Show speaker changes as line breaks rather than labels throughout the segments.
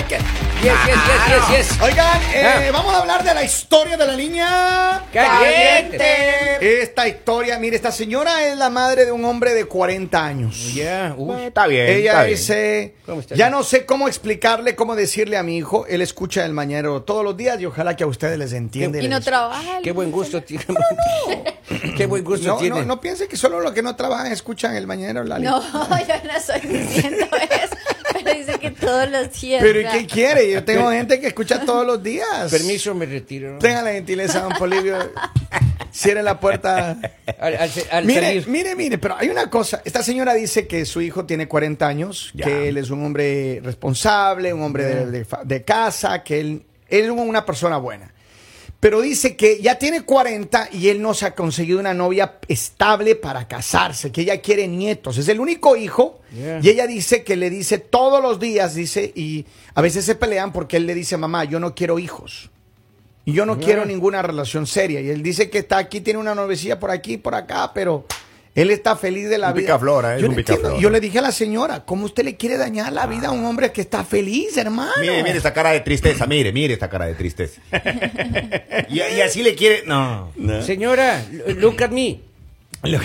Yes, yes, yes, yes, yes. Ah.
Oigan, eh, vamos a hablar de la historia de la niña
Caliente.
Esta historia, mire, esta señora es la madre de un hombre de 40 años.
Ya, uy, está bien.
Ella
está bien.
dice,
¿Cómo está?
ya no sé cómo explicarle, cómo decirle a mi hijo, él escucha el mañero todos los días y ojalá que a ustedes les entiende.
Y no
Les-
trabaja.
Qué buen gusto tiene. Qué buen gusto
no,
tiene.
no, no piense que solo los que no trabajan escuchan el mañanero, Lali.
No, yo no estoy diciendo eso. Pero dice que todos los días.
Pero ¿y
¿verdad?
qué quiere? Yo tengo gente que escucha todos los días.
Permiso, me retiro.
Tenga la gentileza, don Polivio. Cierre la puerta.
Al, al se- al
mire,
salir.
mire, mire, pero hay una cosa. Esta señora dice que su hijo tiene 40 años,
Ya.
que él es un hombre responsable, un hombre de, de fa- de casa, que él, él es una persona buena. Pero dice que ya tiene 40 y él no se ha conseguido una novia estable para casarse, que ella quiere nietos. Es el único hijo
Yeah.
y ella dice que le dice todos los días, dice, y a veces se pelean porque él le dice, mamá, yo no quiero hijos. Y yo no
Yeah.
quiero ninguna relación seria. Y él dice que está aquí, tiene una novecilla por aquí, por acá, pero él está feliz de la
Un
vida.
picaflora, ¿eh?
yo,
Un
no entiendo.
picaflora.
yo le dije a la señora, ¿cómo usted le quiere dañar la vida a un hombre que está feliz, hermano?
Mire, mire esta cara de tristeza, mire, mire esta cara de tristeza. y, y así le quiere. No.
Señora, look at me.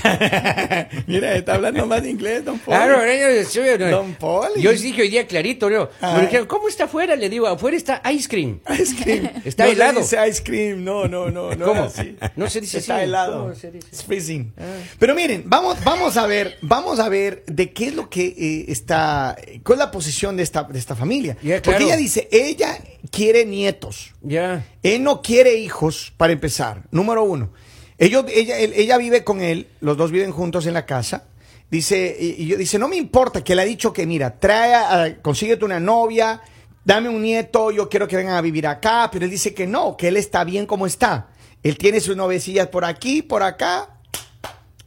Mira, está hablando más inglés, don Poli.
Claro, ahora yo estoy- no.
Don Poli.
Yo dije hoy día clarito, ¿no?
Ah.
Me dijeron, ¿cómo está afuera? Le digo, afuera está ice cream.
Ice cream.
Está
No se
helado.
dice ice cream, no, no, no. no
¿Cómo?
es así.
No se dice
Está
así.
helado.
¿Cómo se dice? Ah.
It's freezing. Pero miren, vamos, vamos a ver, vamos a ver de qué es lo que eh, está, cuál es la posición de esta, de esta familia.
Ya,
Porque
claro.
ella dice, ella quiere nietos.
Ya.
Él no quiere hijos, para empezar. Número uno. Ellos, ella, él- ella vive con él, los dos viven juntos en la casa. Dice, y, y yo- dice, no me importa que le ha dicho que, mira, trae, a- consíguete una novia, dame un nieto, yo quiero que vengan a vivir acá. Pero él dice que no, que él está bien como está. Él tiene sus novecillas por aquí, por acá.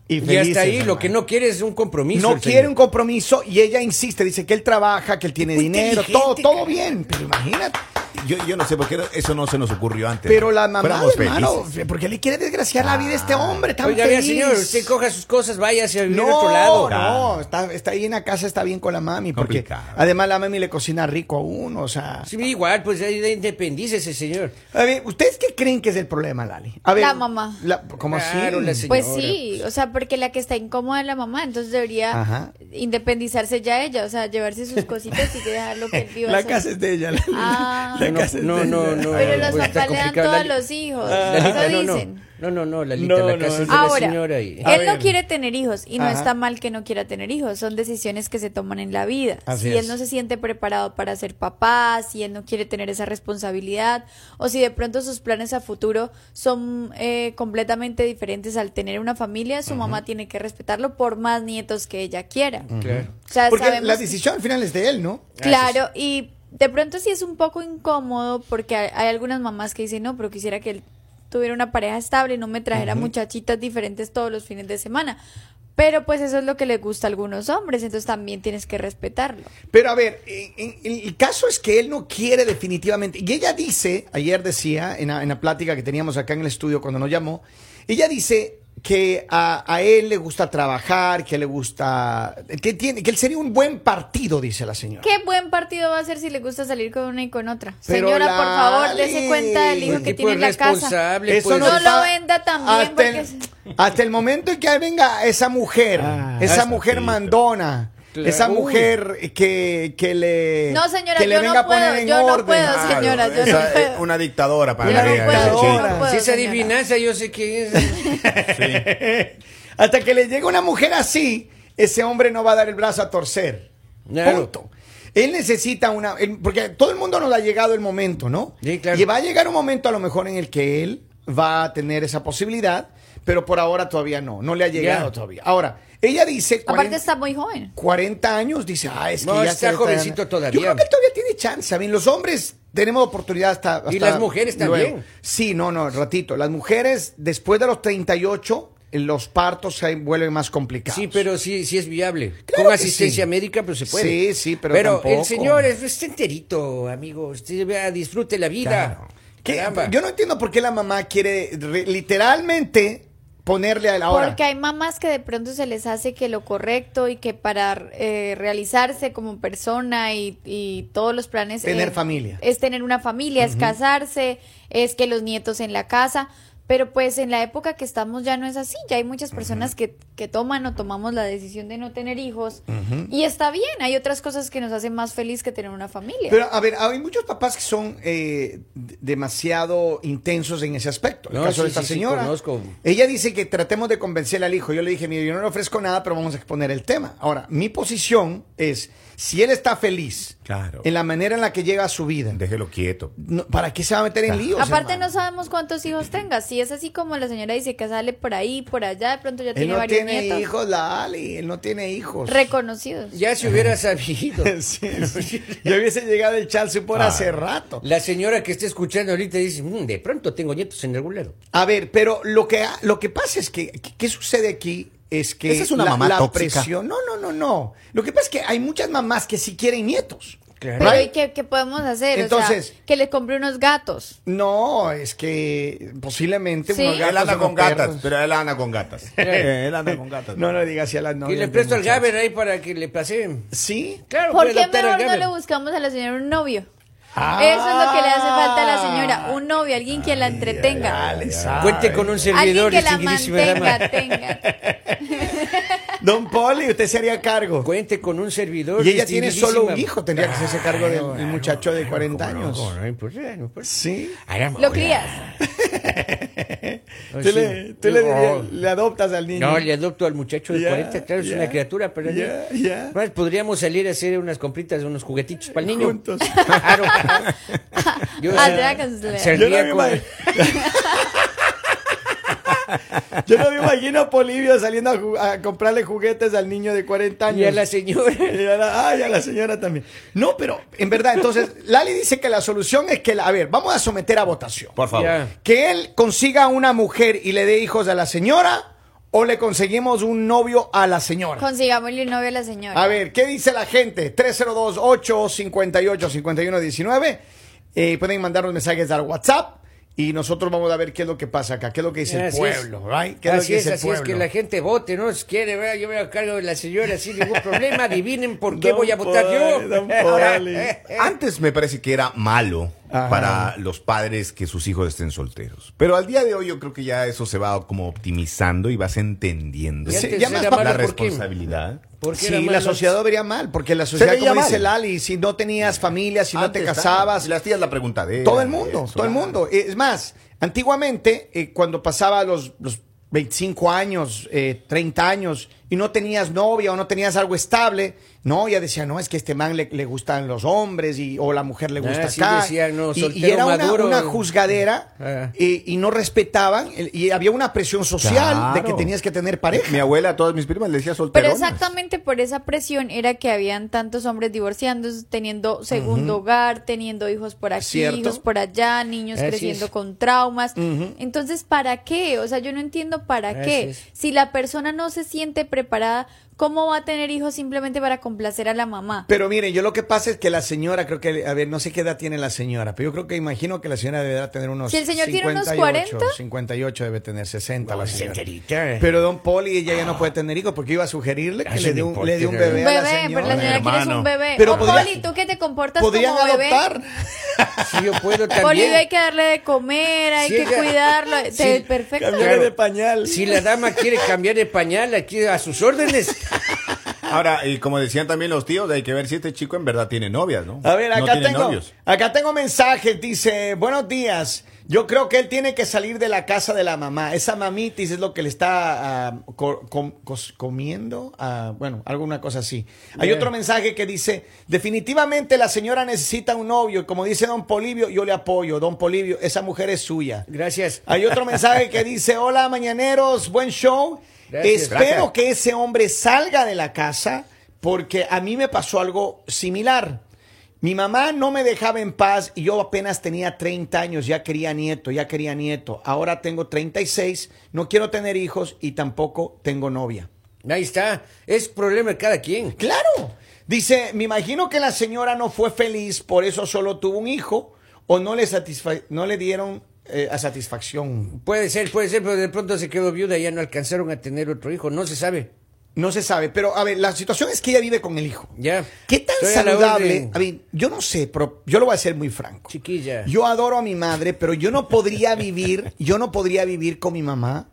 Y,
Y
felices,
hasta ahí,
hermano.
lo que no quiere es un compromiso.
No
el
quiere
señor.
un compromiso y ella insiste, dice que él trabaja, que él tiene
Muy
dinero,
inteligente,
todo, todo
cara.
bien. Pero imagínate.
Yo, yo no sé por qué eso Este, no se nos ocurrió antes.
Pero la mamá,
Fuéramos
hermano,
felices.
¿por qué le quiere desgraciar la vida a este hombre tan
Oiga, vea,
feliz?
señor, usted coja sus cosas, vaya hacia vivir
no,
a otro lado.
no, está, está ahí en la casa, está bien con la mami, porque
Complicado.
además la mami le cocina rico a uno, o sea...
Sí, igual, pues ahí de- independícese, señor.
A ver, ¿ustedes qué creen que es el problema, Lali? A ver,
La mamá.
la- ¿Cómo
Claro,
así?
la señora.
Pues sí, o sea, porque la que está incómoda es la mamá, entonces debería
Ajá.
independizarse ya ella, o sea, llevarse sus cositas y dejarlo que él viva.
La
solo.
casa es de ella, Lali.
Ah.
La
No,
casa es
no,
de
no,
ella.
no.
Pero los
pues, está
papás le dan
complicado,
todo a
Lali.
los hijos,
Ah,
Lalita,
eso
no,
dicen.
No, no, no, Lalita,
No,
la
no,
casa es de
Ahora, Eh,
la señora. y-
A
él no
ver.
quiere tener hijos y no
Ajá.
está mal que no quiera tener hijos, son decisiones que se toman en la vida.
Así
si
es.
él no se siente preparado para ser papá, si él no quiere tener esa responsabilidad o si de pronto sus planes a futuro son eh, completamente diferentes al tener una familia, su mamá tiene que respetarlo por más nietos que ella quiera.
Claro.
O sea,
Porque
sabemos-
la decisión al final es de él, ¿no?
Claro, y de pronto sí es un poco incómodo porque hay, hay algunas mamás que dicen, no, pero quisiera que él tuviera una pareja estable y no me trajera muchachitas diferentes todos los fines de semana. Pero pues eso es lo que le gusta a algunos hombres, entonces también tienes que respetarlo.
Pero a ver, en- en- el, caso es que él no quiere definitivamente. Y ella dice, ayer decía, en la, en la plática que teníamos acá en el estudio cuando nos llamó, ella dice que a, a él le gusta trabajar, que le gusta, que tiene, que él sería un buen partido, dice la señora.
¿Qué buen partido va a ser si le gusta salir con una y con otra?
Pero
Señora, por favor,
Lali,
dése cuenta del hijo
el
que
tipo
tiene en la
es
casa.
responsable,
Eso
pues.
no-
nos
lo
va-
venta también,
Hasta,
porque
el,
es-
hasta el momento en que ahí venga esa mujer,
Ah,
esa
esa
mujer
tita.
mandona.
Claro.
Esa
Uy.
mujer que, que le.
No, señora,
que le
yo
venga
no
a poner
puedo,
en
yo no
orden.
puedo, señor. señora, yo no
esa es
puedo.
una dictadora para
Yo no
María,
puedo,
sí, sí.
ahora.
puedo,
Si esa
señora.
adivinanza, yo sé que es.
Hasta que le llegue una mujer así, ese hombre no va a dar el brazo a torcer.
Claro.
Punto. Él necesita una. él- porque todo el mundo nos ha llegado el momento, ¿no?
Sí, claro.
Y va a llegar un momento a lo mejor en el que él va a tener esa posibilidad, pero por ahora todavía no. No le ha llegado
Ya.
todavía. Ahora, ella dice.
Aparte
40
está muy joven.
40 años, dice, ah, es que
No,
ya
está
se-
jovencito
Yo
todavía.
creo que él todavía tiene chance. A mí, los hombres tenemos oportunidad hasta,
Y
hasta
las mujeres también.
Sí, no, no, ratito. Las mujeres, después de los 38, los partos se vuelven más complicados.
Sí, pero sí, sí es viable.
Claro
Con
que
asistencia
sí.
médica, pues se puede.
Sí, sí, pero tampoco.
el señor es- está enterito, amigo. Usted vea, disfrute la vida.
Claro. ¿Qué?
Caramba.
Yo no entiendo por qué la mamá quiere re- literalmente ponerle a la hora.
Porque hay mamás que de pronto se les hace que lo correcto y que para eh, realizarse como persona y, y todos los planes...
Tener
eh,
familia.
Es tener una familia, es casarse, es que los nietos en la casa. Pero pues en la época que estamos ya no es así. Ya hay muchas personas que, que toman o tomamos la decisión de no tener hijos. Y está bien, hay otras cosas que nos hacen más feliz que tener una familia.
Pero, a ver, hay muchos papás que son eh, d- demasiado intensos en ese aspecto. El
No,
caso de
sí,
esta
sí, sí,
señora.
conozco.
Ella dice que tratemos de convencer al hijo. Yo le dije, mire, yo no le ofrezco nada, pero vamos a exponer el tema. Ahora, mi posición es, si él está feliz
Claro.
en la manera en la que llega a su vida,
Déjelo quieto.
no- ¿para qué se va a meter en
Claro.
líos?
Aparte
hermano?
no sabemos cuántos hijos tenga. Si es así como la señora dice que sale por ahí, por allá, de pronto ya
Él
tiene
no
varios
tiene
nietos
hijos, la Ali. Él no tiene hijos.
reconocidos.
Ya se hubiera sabido.
Sí, sí. Yo hubiese llegado el Chelsea por
Ah.
hace rato.
La señora que está escuchando ahorita dice, "Mm, de pronto tengo nietos en algún lado.
A ver, pero lo que, lo que pasa es que, que- ¿qué sucede aquí? Es que
Esa es una
la,
mamá
la
tóxica.
presión. No, no, no, no. Lo que pasa es que hay muchas mamás que sí quieren nietos.
Claro.
Pero
Right.
¿y qué, qué podemos hacer? o
Entonces-
sea, que les compre unos gatos.
No, es que posiblemente
Sí.
unos gatos
Él anda
unos
con gatas,
perros.
pero él anda con gatas. él anda con gatas.
No, no digas si a las
y
novias
le
de
presto al
muchachos.
Gaber ahí para que le pase.
¿Sí?
Claro,
¿Por
puede
qué
adoptar al
mejor no
Gaber.
le buscamos a la señora un novio?
Ah.
Eso es lo que le hace falta a la señora. Un novio, alguien que la entretenga.
ay, ay.
Cuente con un
Alguien
servidor
que la
distinguidísima dama.
mantenga, tenga.
Don Poli, usted se haría cargo.
Cuente con un servidor.
Y ella tiene solo un
distinguidísima-
hijo, tendría que hacerse cargo del
Claro,
del muchacho de
claro,
40
cómo no,
años.
cómo no, no importa, no importa.
Sí.
Hagamos-
Lo
oiga,
crías.
Ay,
Tú,
sí.
le, tú le,
No.
le adoptas al niño.
No, le adopto al muchacho de
Ya,
40, claro, es
ya,
una criatura, pero
ya,
ya,
ya.
Más, podríamos salir a hacer unas compritas, unos juguetitos para el niño.
Juntos.
Claro. Yo
A
eh,
Dragon's Lair.
se
Yo no
ría
me
con-
imag- Yo no me imagino a Polivio saliendo a, ju- a comprarle juguetes al niño de 40 años.
y a la señora.
Y a la- ay, a la señora también. No, pero en verdad, entonces, Lali dice que la solución es que, la- a ver, vamos a someter a votación.
Por favor.
Ya.
Que él consiga una mujer y le dé hijos a la señora o le conseguimos un novio a la señora.
Consigámosle un novio a la señora.
A ver, ¿qué dice la gente? 302-858-5119. Eh, pueden mandar los mensajes al WhatsApp y nosotros vamos a ver qué es lo que pasa acá, qué es lo que dice
Así
el pueblo,
es.
right? ¿Qué es lo
así
que
es,
dice el
así es que
pueblo?
la gente vote, ¿no? Si quiere, ¿verdad? yo me hago cargo de la señora sin ningún problema. Adivinen por qué
Don
voy a votar
Poli,
yo.
don Poli.
Antes me parece que era malo
Ajá.
para los padres que sus hijos estén solteros. Pero al día de hoy yo creo que ya eso se va como optimizando y vas entendiendo
Y
Sí,
antes
ya más
era
papá-
la
malo, ¿por qué?
responsabilidad.
Porque era
Sí, la
malo.
sociedad lo vería mal, porque la sociedad,
veía
como dice
mal.
Lali, si no tenías familia, si no te
Antes,
casabas,
y las tías la preguntadera.
Todo el mundo,
eso,
todo el
ah.
mundo. Eh, Es más, antiguamente, eh, cuando pasaba los, los 25 años, eh, 30 años, y no tenías novia o no tenías algo estable, no, ya decían, no, es que este man le, le gustan los hombres y, o la mujer le
Ah,
gusta
sí
acá.
decían, no,
y, y
soltero,
era una,
maduro.
una juzgadera
Ah.
eh, y no respetaban, el- y había una presión social de que
Claro.
tenías que tener pareja.
Mi abuela a todas mis primas le decía soltero.
Pero exactamente por esa presión era que habían tantos hombres divorciándose, teniendo segundo hogar, teniendo hijos por aquí,
Cierto.
hijos por allá, niños
Así
creciendo
es.
con traumas. Entonces, ¿para qué? O sea, yo no entiendo para
Así
qué.
es.
Si la persona no se siente preparada, ¿cómo va a tener hijos simplemente para complacer a la mamá?
Pero miren, yo lo que pasa es que la señora, creo que, a ver, no sé qué edad tiene la señora, pero yo creo que imagino que la señora deberá tener unos.
Si el señor tiene unos 40.
58 debe tener 60 la señora.
Señorita.
Pero don Poli, ella ya no puede tener hijos porque iba a sugerirle que
Eso
le dé
no
un,
importa,
le dé un
¿verdad?
bebé, a la
Bebé,
señora.
pero la señora quiere es un
Hermano.
bebé.
Pero
oh,
podría-
Poli, tú que te comportas como
Podrían
bebé.
adoptar.
si yo puedo
Poli,
también.
hay que darle de comer, hay
Sí,
que
ella-
cuidarlo. Te- perfecto.
Cambiarle de pañal.
Si la dama quiere cambiar de pañal, aquí a sus órdenes.
Ahora, y como decían también los tíos, hay que ver si este chico en verdad tiene novias, ¿no?
A ver,
No
acá
tiene
tengo.
novios.
Acá tengo mensajes, dice, buenos días. Yo creo que él tiene que salir de la casa de la mamá. Esa mamitis es lo que le está ah, co- com- cos- comiendo. ah, bueno, alguna cosa así. Hay
Bien.
otro mensaje que dice, definitivamente la señora necesita un novio. Como dice don Polivio, yo le apoyo. Don Polivio, esa mujer es suya.
Gracias.
Hay otro mensaje que dice, hola mañaneros, buen show.
Gracias.
Espero
Gracias.
que ese hombre salga de la casa porque a mí me pasó algo similar. Mi mamá no me dejaba en paz y yo apenas tenía 30 años, ya quería nieto, ya quería nieto. Ahora tengo 36, no quiero tener hijos y tampoco tengo novia.
Ahí está. Es problema de cada quien.
Claro. Dice, me imagino que la señora no fue feliz, por eso solo tuvo un hijo, o no le, satisfa- no le dieron eh, a satisfacción.
Puede ser, puede ser, pero de pronto se quedó viuda y ya no alcanzaron a tener otro hijo. No se sabe.
No se sabe, pero a ver, la situación es que ella vive con el hijo.
Ya.
¿Qué tan
Estoy a la
saludable?
orden.
A ver, yo no sé, pero yo lo voy a ser muy franco.
Chiquilla.
Yo adoro a mi madre, pero yo no podría vivir, yo no podría vivir con mi mamá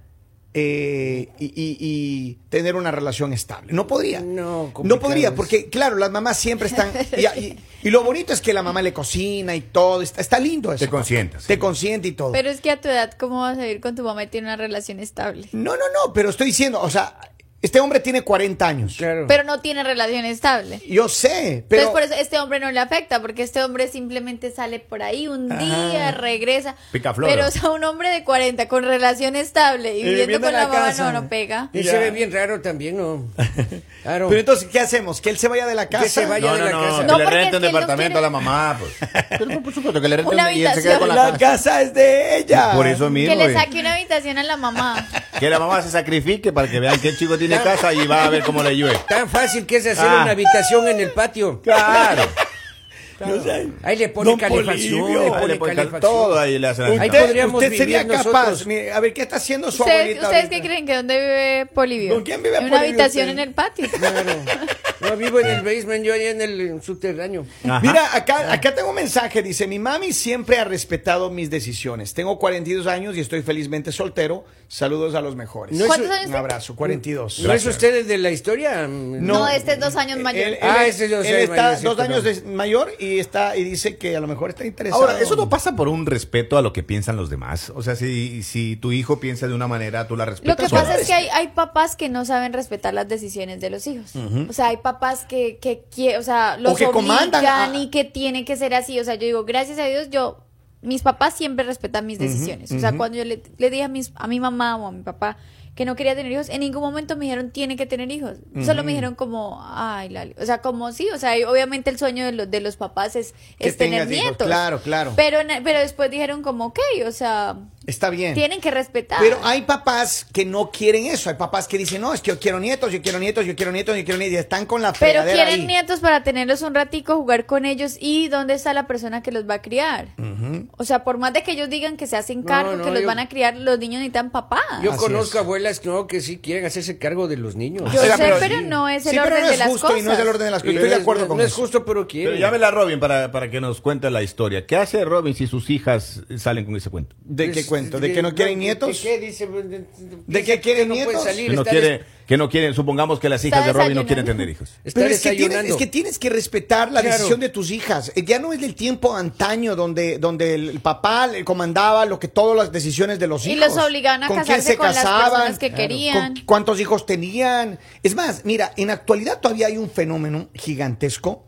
eh, y, y- y tener una relación estable. No podría.
No,
no
complicado
podría,
es.
porque claro, las mamás siempre están. Y, y- y lo bonito es que la mamá le cocina y todo. Está, está lindo eso.
Te consientas, sí.
Te consiente y todo.
Pero es que a tu edad, ¿cómo vas a vivir con tu mamá y tiene una relación estable?
No, no, no, pero estoy diciendo, o sea, este hombre tiene 40 años.
Claro.
Pero no tiene relación estable.
Yo sé, pero.
Entonces, por eso este hombre no le afecta, porque este hombre simplemente sale por ahí un día, regresa.
Picaflor.
Pero, o sea, un hombre de 40 con relación estable y viviendo
viviendo
con
en la
la mamá,
casa.
no, no pega.
Y se
Ya.
ve bien raro también, ¿no? Claro.
Pero entonces, ¿qué hacemos? ¿Que él se vaya de la casa?
se vaya.
No,
de la
no,
casa.
no,
No,
que le
porque
rente
es
un
que él no
departamento
quiere-
a la mamá, pues. Pero por supuesto que le rente
Una
un- y él se queda con la
La
casa.
casa es de ella.
Por eso mismo.
Que le
eh.
saque una habitación a la mamá.
Que la mamá se sacrifique para que vean que el chico tiene casa y va a ver cómo le llueve.
Tan fácil que es hacer
Ah.
una habitación en el patio.
Claro.
No sé.
Ahí le ponen
Don
calefacción,
Polibio.
le
Ahí
ponen
le ponen cal-
calefacción.
todo ahí le hacen.
Ahí
Usted,
podríamos
usted sería
vivir
capaz.
nosotros.
mire, a ver, ¿qué está haciendo su
¿Ustedes,
abuelita?
¿ustedes
ahorita?
qué creen? ¿Que dónde vive Polivio?
¿Con quién vive
En una
Polibio
habitación
usted?
en el patio.
Claro. No vivo en el basement, yo allá en el en subterráneo.
Ajá.
Mira, acá, acá tengo un mensaje. Dice, mi mami siempre ha respetado mis decisiones. Tengo 42 años y estoy felizmente soltero. Saludos a los mejores.
No es-
¿Cuántos años
un
tiene?
abrazo, 42.
¿No es ustedes de la historia? Mm,
No, este es dos años mayor.
Ah,
ah,
ese yo sé,
está
mayor, sí,
dos
perdón.
años de- mayor y está y dice que a lo mejor está interesado.
Ahora, eso no pasa por un respeto a lo que piensan los demás. O sea, si, si tu hijo piensa de una manera, tú la
Lo
respetas.
que
o no?
pasa es que hay, hay papás que no saben respetar las decisiones de los hijos. O sea, hay papás que, que, quie- o sea, los
que comandan ah,
obligan
a-
y que tiene que ser así. O sea, yo digo, gracias a Dios, yo, mis papás siempre respetan mis decisiones. O sea, cuando yo le, le dije a, mis, a mi mamá o a mi papá que no quería tener hijos, en ningún momento me dijeron, tiene que tener hijos. Solo me dijeron como, ay, Lali. O sea, como sí, o sea, y obviamente el sueño de los, de los papás es,
Que
es tener
tengas hijos,
nietos.
claro, claro.
Pero, na- pero después dijeron como, ok, o sea,
Está bien.
tienen que respetar.
Pero hay papás que no quieren eso. Hay papás que dicen, no, es que yo quiero nietos, yo quiero nietos, yo quiero nietos, yo quiero nietos. Y están con la
Pero
fregadera
quieren
ahí.
nietos para tenerlos un ratico, jugar con ellos y dónde está la persona que los va a criar. O sea, por más de que ellos digan que se hacen
No,
cargo,
no,
que los
yo-
van a criar, los niños necesitan papá.
Yo
Así
conozco
es.
abuelas no, que sí quieren hacerse cargo de los niños.
Yo
Oiga,
sé, pero no es el
sí, pero
orden
no
de
es
las
justo y no es
cosas.
el orden de las cosas.
Y
Estoy de
no es-
acuerdo
Eh, no,
con
No es
eso.
justo, pero quieren.
Pero llámela a Robin para, para que nos cuente la historia. ¿Qué hace Robin si sus hijas salen con ese cuento?
¿De qué
Pues,
cuento? ¿De que no quieren nietos?
¿De qué dice?
¿De qué quieren
no puede
nietos?
salir,
Que no,
está
quiere,
des-
que no quieren, supongamos que las hijas de Robin no
desayunando.
quieren tener hijos.
está
Pero es que, tienes,
desayunando.
es que tienes que respetar la
Claro.
decisión de tus hijas. Eh, Ya no es del tiempo antaño donde, donde el papá le comandaba lo que todas las decisiones de los
Y
hijos.
los obligaban a
quién
casarse
se
con las
casaban,
personas que
con
querían.
cuántos hijos tenían. Es más, mira, en actualidad todavía hay un fenómeno gigantesco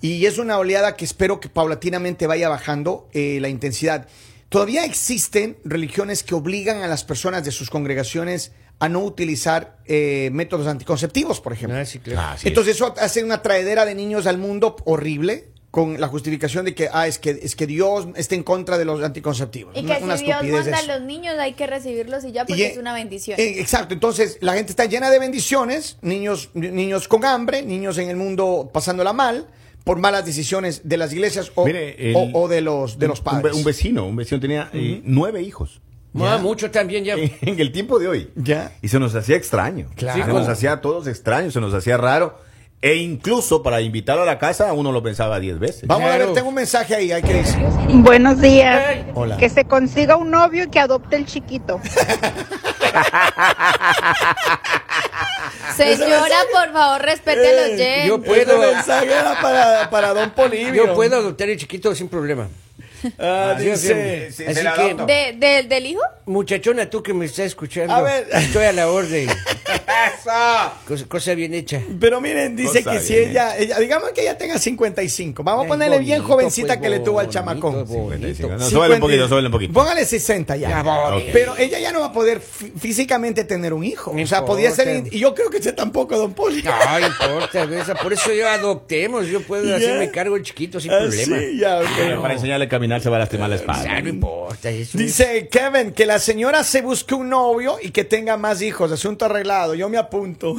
y es una oleada que espero que paulatinamente vaya bajando eh, la intensidad. Todavía existen religiones que obligan a las personas de sus congregaciones a no utilizar eh, métodos anticonceptivos, por ejemplo.
Ah, sí, claro.
Ah, sí. Así
Entonces eso hace una traedera de niños al mundo horrible con la justificación de que ah es que es que Dios está en contra de los anticonceptivos.
Y
Una-
que
una
si Dios
estupidez
manda a
eso.
los niños, hay que recibirlos y ya, porque
Y,
es una bendición.
eh, exacto, entonces la gente está llena de bendiciones, niños ni- niños con hambre, niños en el mundo pasándola mal por malas decisiones de las iglesias o,
Mire, el-
o, o de los de los
Un- un ve-
padres.
Un, vecino, un vecino tenía eh, nueve hijos.
Ah, mucho también ya.
en el tiempo de hoy.
Ya.
Y se nos hacía extraño.
Claro.
Se nos hacía a todos extraños, se nos hacía raro. E incluso para invitarlo a la casa, uno lo pensaba diez veces.
Vamos a ver,
Claro.
tengo un mensaje ahí, hay que decir.
Buenos días.
Ay.
Hola.
Que se consiga un novio y que adopte el chiquito.
Ah. Señora, por favor, respete a los
ah. Eh,
Jens.
yo puedo-
Ese mensaje era para, para Don Polibio.
Yo puedo adoptar el chiquito sin problema.
Ah,
Así
dice,
es, sí,
Así
se la
que-
adopto.
¿De- de- ¿Del hijo?
Muchachona, tú que me estás escuchando.
A ver.
Estoy a la orden.
¡Eso!
Cosa, cosa bien hecha.
Pero miren, dice
Cosa
que si
bien
ella, ella- digamos que ella tenga 55, vamos a
Ay,
ponerle bien
bonito,
jovencita
pues,
que le tuvo al
bonito,
chamacón.
bonito.
55. No,
50.
súbele un poquito, súbele un poquito.
Póngale 60 ya.
Ya, va,
ok.
Pero ella ya no va a poder fí- físicamente tener un hijo.
No
o sea, podía ser.
importa.
Y yo creo que usted tampoco, don Poli.
No importa, Besa, por eso yo adoptemos. Yo puedo
Ya.
hacerme cargo el chiquito sin
Ah,
problema.
sí, ya, ok.
Pero Para enseñarle a caminar se va a lastimar la
O sea,
espalda.
no importa. eso es-
Dice Kevin que la señora se busque un novio y que tenga más hijos. Asunto arreglado. Yo me apunto.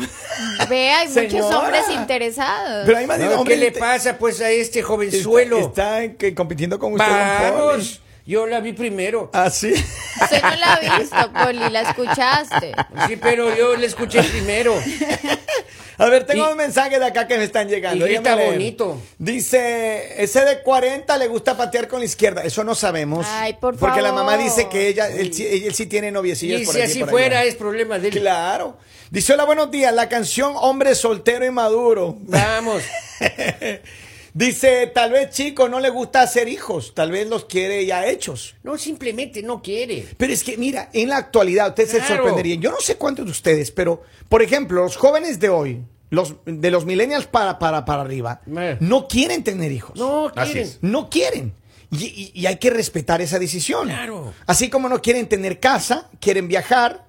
Vea, hay muchos
Señora.
hombres interesados.
Pero hay más
No,
de- hombre,
¿Qué le
te-
pasa pues a este
está-
jovenzuelo?
Está, que compitiendo con usted, don Poli.
Vamos. Yo la vi primero.
Ah, sí.
Usted no la ha visto, Poli, la escuchaste.
Sí, pero yo la escuché primero.
A ver, tengo
Y-
un mensaje de acá que me están llegando.
Y grita
Déjame leer.
bonito.
Dice, ese de 40 le gusta patear con la izquierda. Eso no sabemos.
Ay, por
Porque la mamá
favor.
dice que ella, él, sí- él sí tiene noviecillos
Y
por
si
aquí,
así
por
fuera,
allá.
es problema de él.
Claro. Dice, hola, buenos días. La canción Hombre soltero y maduro.
Vamos.
Dice, tal vez chico no le gusta hacer hijos, tal vez los quiere ya hechos.
No, simplemente no quiere.
Pero es que, mira, en la actualidad, ustedes se
Claro.
sorprenderían. Yo no sé cuántos de ustedes, pero, por ejemplo, los jóvenes de hoy, los de los millennials para, para, para arriba,
Eh.
no quieren tener hijos.
No
Así
quieren.
es.
No quieren. Y, y- y hay que respetar esa decisión.
Claro.
Así como no quieren tener casa, quieren viajar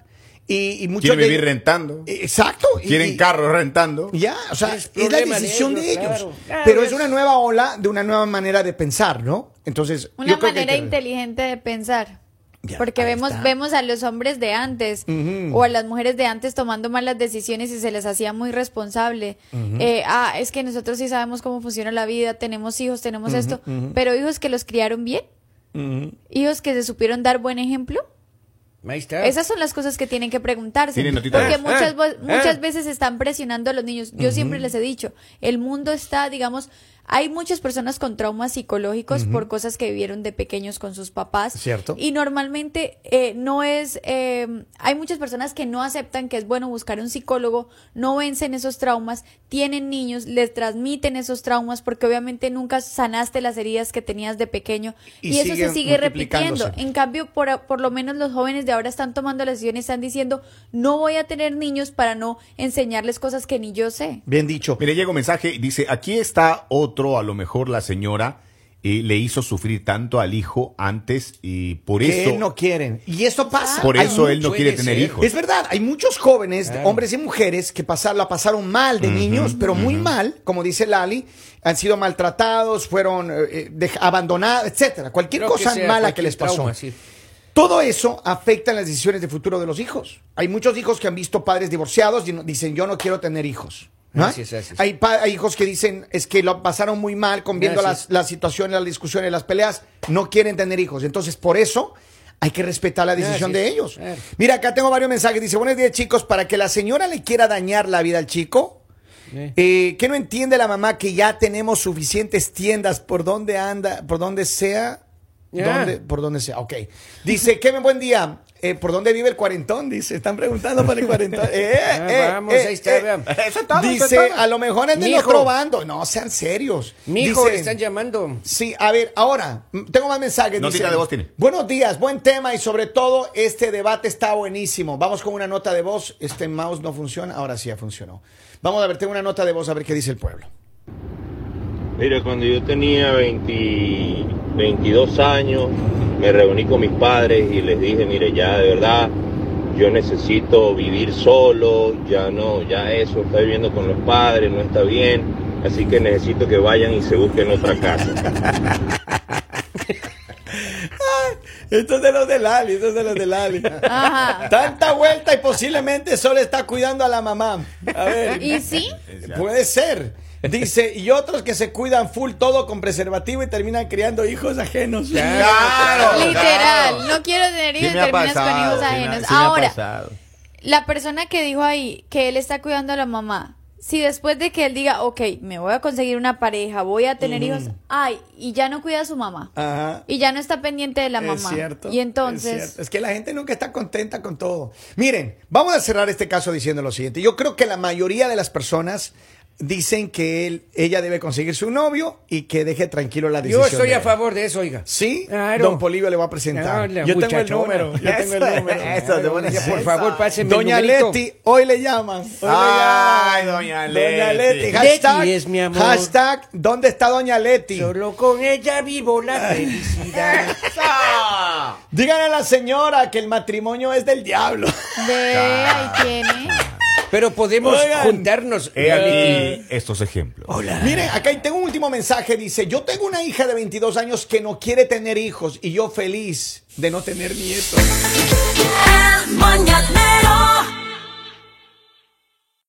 y, y muchos
Quieren
de-
vivir rentando.
Exacto. Y-
Quieren
y-
carros rentando.
ya, o sea,
Es
es, la
problema de
decisión de
ellos,
ellos.
claro. Claro,
Pero es
es-
una nueva ola de una nueva manera de pensar, ¿no? Entonces,
Una
yo creo que hay
manera
que-
inteligente de pensar.
Ya,
Porque
ahí
vemos,
está.
vemos a los hombres de antes o a las mujeres de antes tomando malas decisiones y se les hacía muy responsable. Eh, ah, es que nosotros sí sabemos cómo funciona la vida, tenemos hijos, tenemos esto, pero hijos que los criaron bien, hijos que se supieron dar buen ejemplo.
Ahí está.
Esas son las cosas que tienen que preguntarse.
Tienen notitas.
Porque
Eh,
Ah,
muchas,
ah,
vo- muchas
ah.
veces están presionando a los niños. Yo siempre les he dicho, el mundo está, digamos, hay muchas personas con traumas psicológicos por cosas que vivieron de pequeños con sus papás.
Cierto.
Y normalmente eh, no es, eh, hay muchas personas que no aceptan que es bueno buscar un psicólogo, no vencen esos traumas, tienen niños, les transmiten esos traumas porque obviamente nunca sanaste las heridas que tenías de pequeño.
Y
Y, eso se
siguen
sigue repitiendo.
multiplicándose.
En cambio, por, por lo menos los jóvenes de ahora están tomando las decisiones, están diciendo, no voy a tener niños para no enseñarles cosas que ni yo sé.
Bien dicho.
Mire, llega un mensaje y dice, aquí está otro, a lo mejor la señora eh, le hizo sufrir tanto al hijo antes y por
que
eso, Ah,
él no quieren. Y eso pasa.
por
Hay
eso él no
Puede
quiere
ser.
tener hijos.
¿eh? Es verdad, hay muchos jóvenes,
Claro.
hombres y mujeres, que pasar, la pasaron mal de niños, pero muy mal, como dice Lali, han sido maltratados, fueron eh, eh, dej- abandonados, etcétera. Cualquier
Creo
cosa
sea
mala que
cualquier
les pasó.
trauma, sí.
Todo eso afecta en las decisiones de futuro de los hijos. Hay muchos hijos que han visto padres divorciados y no- dicen, yo no quiero tener hijos. ¿no?
Así es, así es.
Hay, pa- hay hijos que dicen, es que lo pasaron muy mal con viendo
Así
las,
es.
las situaciones, las discusiones, las peleas, no quieren tener hijos. Entonces, por eso hay que respetar la decisión
Así
de
es,
ellos.
claro.
Mira, acá tengo varios mensajes. Dice, buenos días chicos, para que la señora le quiera dañar la vida al chico,
Eh.
eh, ¿Qué no entiende la mamá que ya tenemos suficientes tiendas por donde anda, por donde sea?
Ya.
donde- por donde sea, ok. Dice, Kevin, buen día. Eh, ¿Por dónde vive el cuarentón? Dice, están preguntando para el cuarentón. Eh,
Ah,
eh,
vamos,
eh,
ahí está,
eh.
vean.
Dice, a lo mejor es del
Mijo.
otro bando. No, sean serios.
Mi hijo,
Dice,
están llamando.
Sí, a ver, ahora, m- tengo más mensajes.
Notita
dice,
de voz tiene.
Buenos días, buen tema y sobre todo este debate está buenísimo. Vamos con una nota de voz. Este mouse no funciona, ahora sí ya funcionó. Vamos a ver, tengo una nota de voz a ver qué dice el pueblo.
Mira, cuando yo tenía 20 22 años, me reuní con mis padres y les dije, mire, ya de verdad, yo necesito vivir solo, ya no, ya eso, está viviendo con los padres, no está bien, así que necesito que vayan y se busquen otra casa.
Esto es de los de Lali, esto es de los de Lali.
Ajá.
Tanta vuelta y posiblemente solo está cuidando a la mamá. A ver.
¿Y sí?
Puede ser. Dice, y otros que se cuidan full todo con preservativo y terminan criando hijos ajenos.
Claro,
Literal,
claro.
no quiero tener
Sí
hijos,
me ha
terminas con
pasado,
hijos
sí me ha-
ajenos.
sí me ha
Ahora,
pasado.
la persona que dijo ahí que él está cuidando a la mamá, si después de que él diga, ok, me voy a conseguir una pareja, voy a tener hijos, ay, y ya no cuida a su mamá,
Ah.
Ajá.
y ya no está pendiente de la mamá.
Es cierto.
y
Es,
entonces,
cierto. Es que la gente nunca está contenta con todo. Miren, vamos a cerrar este caso diciendo lo siguiente. Yo creo que la mayoría de las personas dicen que él, ella debe conseguir su novio y que deje tranquilo la
Yo
decisión.
estoy
de
a
él.
favor de eso, oiga.
Sí,
Claro.
don Polivio le va a presentar.
Ah, la
yo tengo el
muchachona.
número. Yo tengo el número.
Eso, de buena
Ya, por
esa.
favor, páseme
Doña
el numerito.
Leti, hoy le llaman. Hoy le llaman.
Ay, doña
Doña
Leti.
Leti.
Leti
Hashtag,
es mi amor.
hashtag, ¿dónde está Doña Leti?
Solo con ella vivo la felicidad.
Díganle a la señora que el matrimonio es del diablo.
ve,
Ah.
ahí tiene.
Pero podemos
Oigan.
juntarnos.
He aquí estos ejemplos.
Miren, acá hay- tengo un último mensaje. Dice, yo tengo una hija de 22 años que no quiere tener hijos y yo feliz de no tener nietos.
El mañanero